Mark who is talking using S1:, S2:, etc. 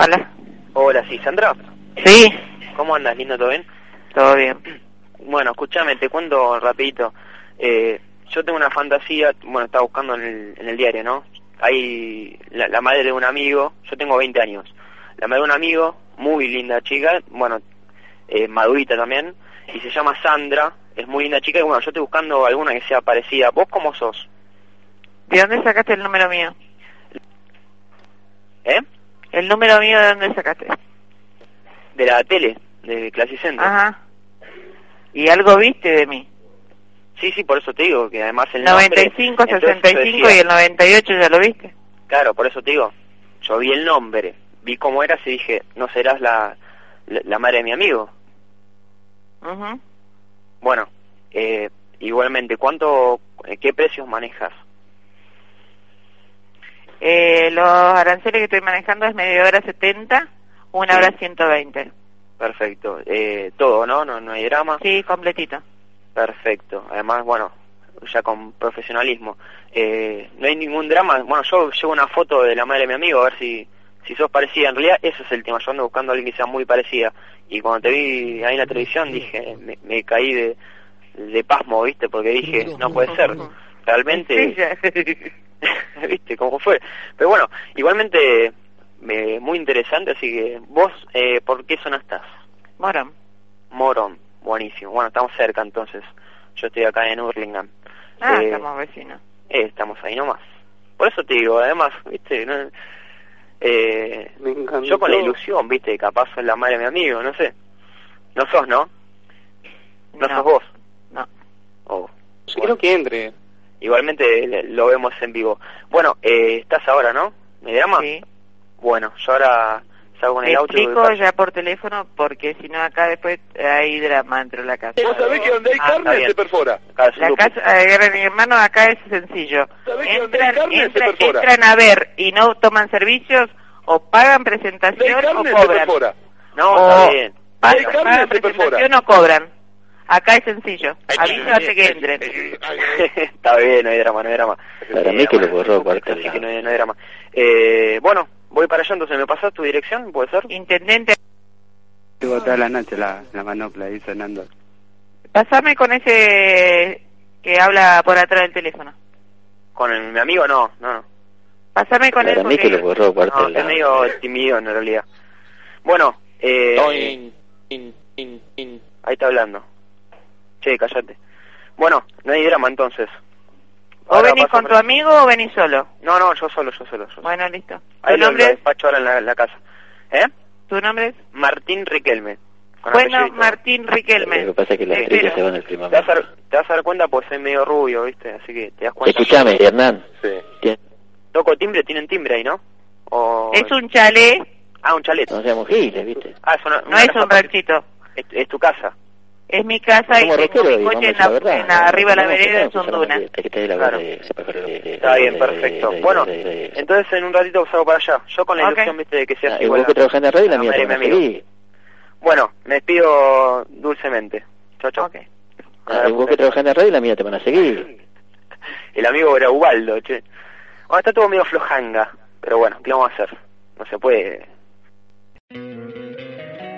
S1: Hola.
S2: Hola, sí, Sandra.
S1: Sí,
S2: ¿Cómo andas, lindo? ¿Todo bien?
S1: todo bien.
S2: Bueno, escúchame, te cuento rapidito. Eh, yo tengo una fantasía, bueno, estaba buscando en el, en el diario, ¿no? Hay la, la madre de un amigo, yo tengo 20 años. La madre de un amigo, muy linda chica, bueno, eh, madurita también, y se llama Sandra, es muy linda chica, y bueno, yo estoy buscando alguna que sea parecida. ¿Vos cómo sos?
S1: ¿De dónde sacaste el número mío?
S2: ¿Eh?
S1: ¿El número mío de dónde sacaste?
S2: De la tele, de Clase Centro.
S1: Ajá. ¿Y algo viste de mí?
S2: Sí, sí, por eso te digo, que además el nombre,
S1: 95,
S2: entonces yo
S1: 65
S2: decía-
S1: y el 98 ya lo viste.
S2: Claro, por eso te digo, yo vi el nombre, vi cómo eras y dije, no serás la, la, la madre de mi amigo.
S1: Ujú.
S2: Bueno, eh, igualmente, ¿cuánto, eh, qué precios manejas?
S1: eh, los aranceles que estoy manejando es media hora 70, una
S2: Sí.
S1: hora 120.
S2: Perfecto, eh, todo, ¿no? ¿no? No hay drama.
S1: Sí, completito.
S2: Perfecto, además, bueno, ya con profesionalismo. Eh, no hay ningún drama. Bueno, yo llevo una foto de la madre de mi amigo, a ver si, si sos parecida. En realidad, ese es el tema. Yo ando buscando a alguien que sea muy parecida. Y cuando te vi ahí en la televisión, dije, me, me caí de, de pasmo, ¿viste? Porque dije, no puede ser.
S1: Sí,
S2: Realmente,
S1: ya.
S2: ¿viste? ¿Cómo fue? Pero bueno, igualmente, me- muy interesante. Así que, vos, eh, ¿por qué zona estás?
S1: Morón.
S2: Morón, buenísimo. Bueno, estamos cerca entonces. Yo estoy acá en Hurlingham.
S1: Ah,
S2: Eh,
S1: estamos vecinos.
S2: eh, estamos ahí nomás. Por eso te digo, además, viste, no- eh,
S3: Me encantó.
S2: yo con la ilusión, viste, capaz sos la madre de mi amigo, no sé. No sos, ¿no? No, sos vos.
S1: No.
S2: Oh,
S3: Yo
S2: bueno.
S3: quiero que entre.
S2: Igualmente eh, lo vemos en vivo. Bueno, eh, estás ahora, ¿no? ¿Me llamas?
S1: Sí.
S2: Bueno, yo ahora salgo con
S1: Te
S2: el auto. y voy
S1: explico
S2: para-
S1: ya por teléfono porque si no acá después hay drama dentro de la casa.
S3: Vos sabés que donde hay
S2: Ah, está
S3: carne
S2: bien.
S3: se perfora.
S2: para su
S1: La
S2: grupo.
S1: casa de Guerra de mi hermano acá es sencillo.
S3: ¿Sabés que donde hay
S1: Entran,
S3: carne se
S1: entran-
S3: perfora?
S1: entran a ver y no toman servicios o pagan
S3: Donde hay
S1: presentación o
S3: carne se
S1: cobran.
S3: perfora.
S2: No,
S1: Oh.
S2: está bien.
S1: Pa-
S3: Donde hay carne
S1: pagan
S3: se perfora.
S1: presentación o cobran. Acá es sencillo. Avísate que entren.
S2: Está bien, no hay drama, no hay drama.
S4: Para mí que lo borró,
S2: bueno,
S4: cuarto
S2: así que
S4: grado.
S2: no hay, no hay drama. Eh, bueno, voy para allá, entonces, ¿me pasas tu dirección? ¿Puede ser?
S1: Intendente,
S5: Estuvo toda la noche la, la manopla ahí sonando.
S1: pasame con ese que habla por atrás del teléfono.
S2: Con el- mi amigo no, no, no.
S1: Pasame con él
S4: Para mí que lo
S1: porque...
S4: borró cuarto
S2: No, este
S4: al
S2: es
S4: lado.
S2: medio tímido en realidad. Bueno, eh, ahí está hablando. Che, callate. Bueno, no hay drama entonces.
S1: O
S2: Ahora
S1: venís
S2: paso
S1: con tu
S2: para-
S1: amigo o venís solo.
S2: No, no, yo solo, yo solo. Yo solo.
S1: Bueno, listo. ¿Tu
S2: ahí lo, lo
S1: nombre, es?
S2: despacho ahora en la, en la casa. ¿Eh?
S1: ¿Tu nombre es?
S2: Martín Riquelme. con
S1: Bueno,
S2: apellido y todo.
S1: Martín
S4: Lo que
S1: Riquelme.
S4: pasa es que las
S2: Sí,
S4: estrellas
S1: pero-
S4: se van al
S2: Te vas, a
S4: firmamento.
S2: dar, te vas a dar cuenta porque soy medio rubio, ¿viste? Así que te das cuenta.
S4: Escuchame, Hernán.
S3: Sí.
S4: tien-
S2: Toco timbre, tienen timbre ahí, ¿no? O...
S1: Es un chalet,
S2: Ah, un chalet.
S4: No seamos giles, ¿viste?
S2: Ah, es una,
S1: no
S2: una
S1: es
S2: casa
S1: un
S2: par-
S1: ranchito.
S2: Es, es tu casa.
S1: Es mi casa y tengo
S4: Somos rockeros,
S1: mi
S4: digamos
S1: coche en
S4: la
S1: la,
S4: verdad.
S1: en la- arriba de la
S4: No, no,
S1: vereda en
S4: no, no,
S1: Sunduna.
S4: que- que te dé la
S2: Claro.
S4: verdad, se prefiere-
S2: Está bien, perfecto. Bueno,
S4: Ah, y
S2: entonces en un ratito salgo para allá. Yo con la
S1: Ok.
S2: ilusión, viste, de que seas
S4: Ah, vos
S2: igual.
S4: que trabajás en la radio,
S2: Ah,
S4: la mía
S2: madre,
S4: te van a
S2: mi amigo.
S4: seguir.
S2: Bueno, me despido dulcemente. Chao, chao.
S1: Ok.
S4: Ah, y vos que trabajás en la radio, la mía te van a seguir.
S2: El amigo era Ubaldo, che. Bueno, está todo medio flojanga. Pero bueno, ¿qué vamos a hacer? No se puede.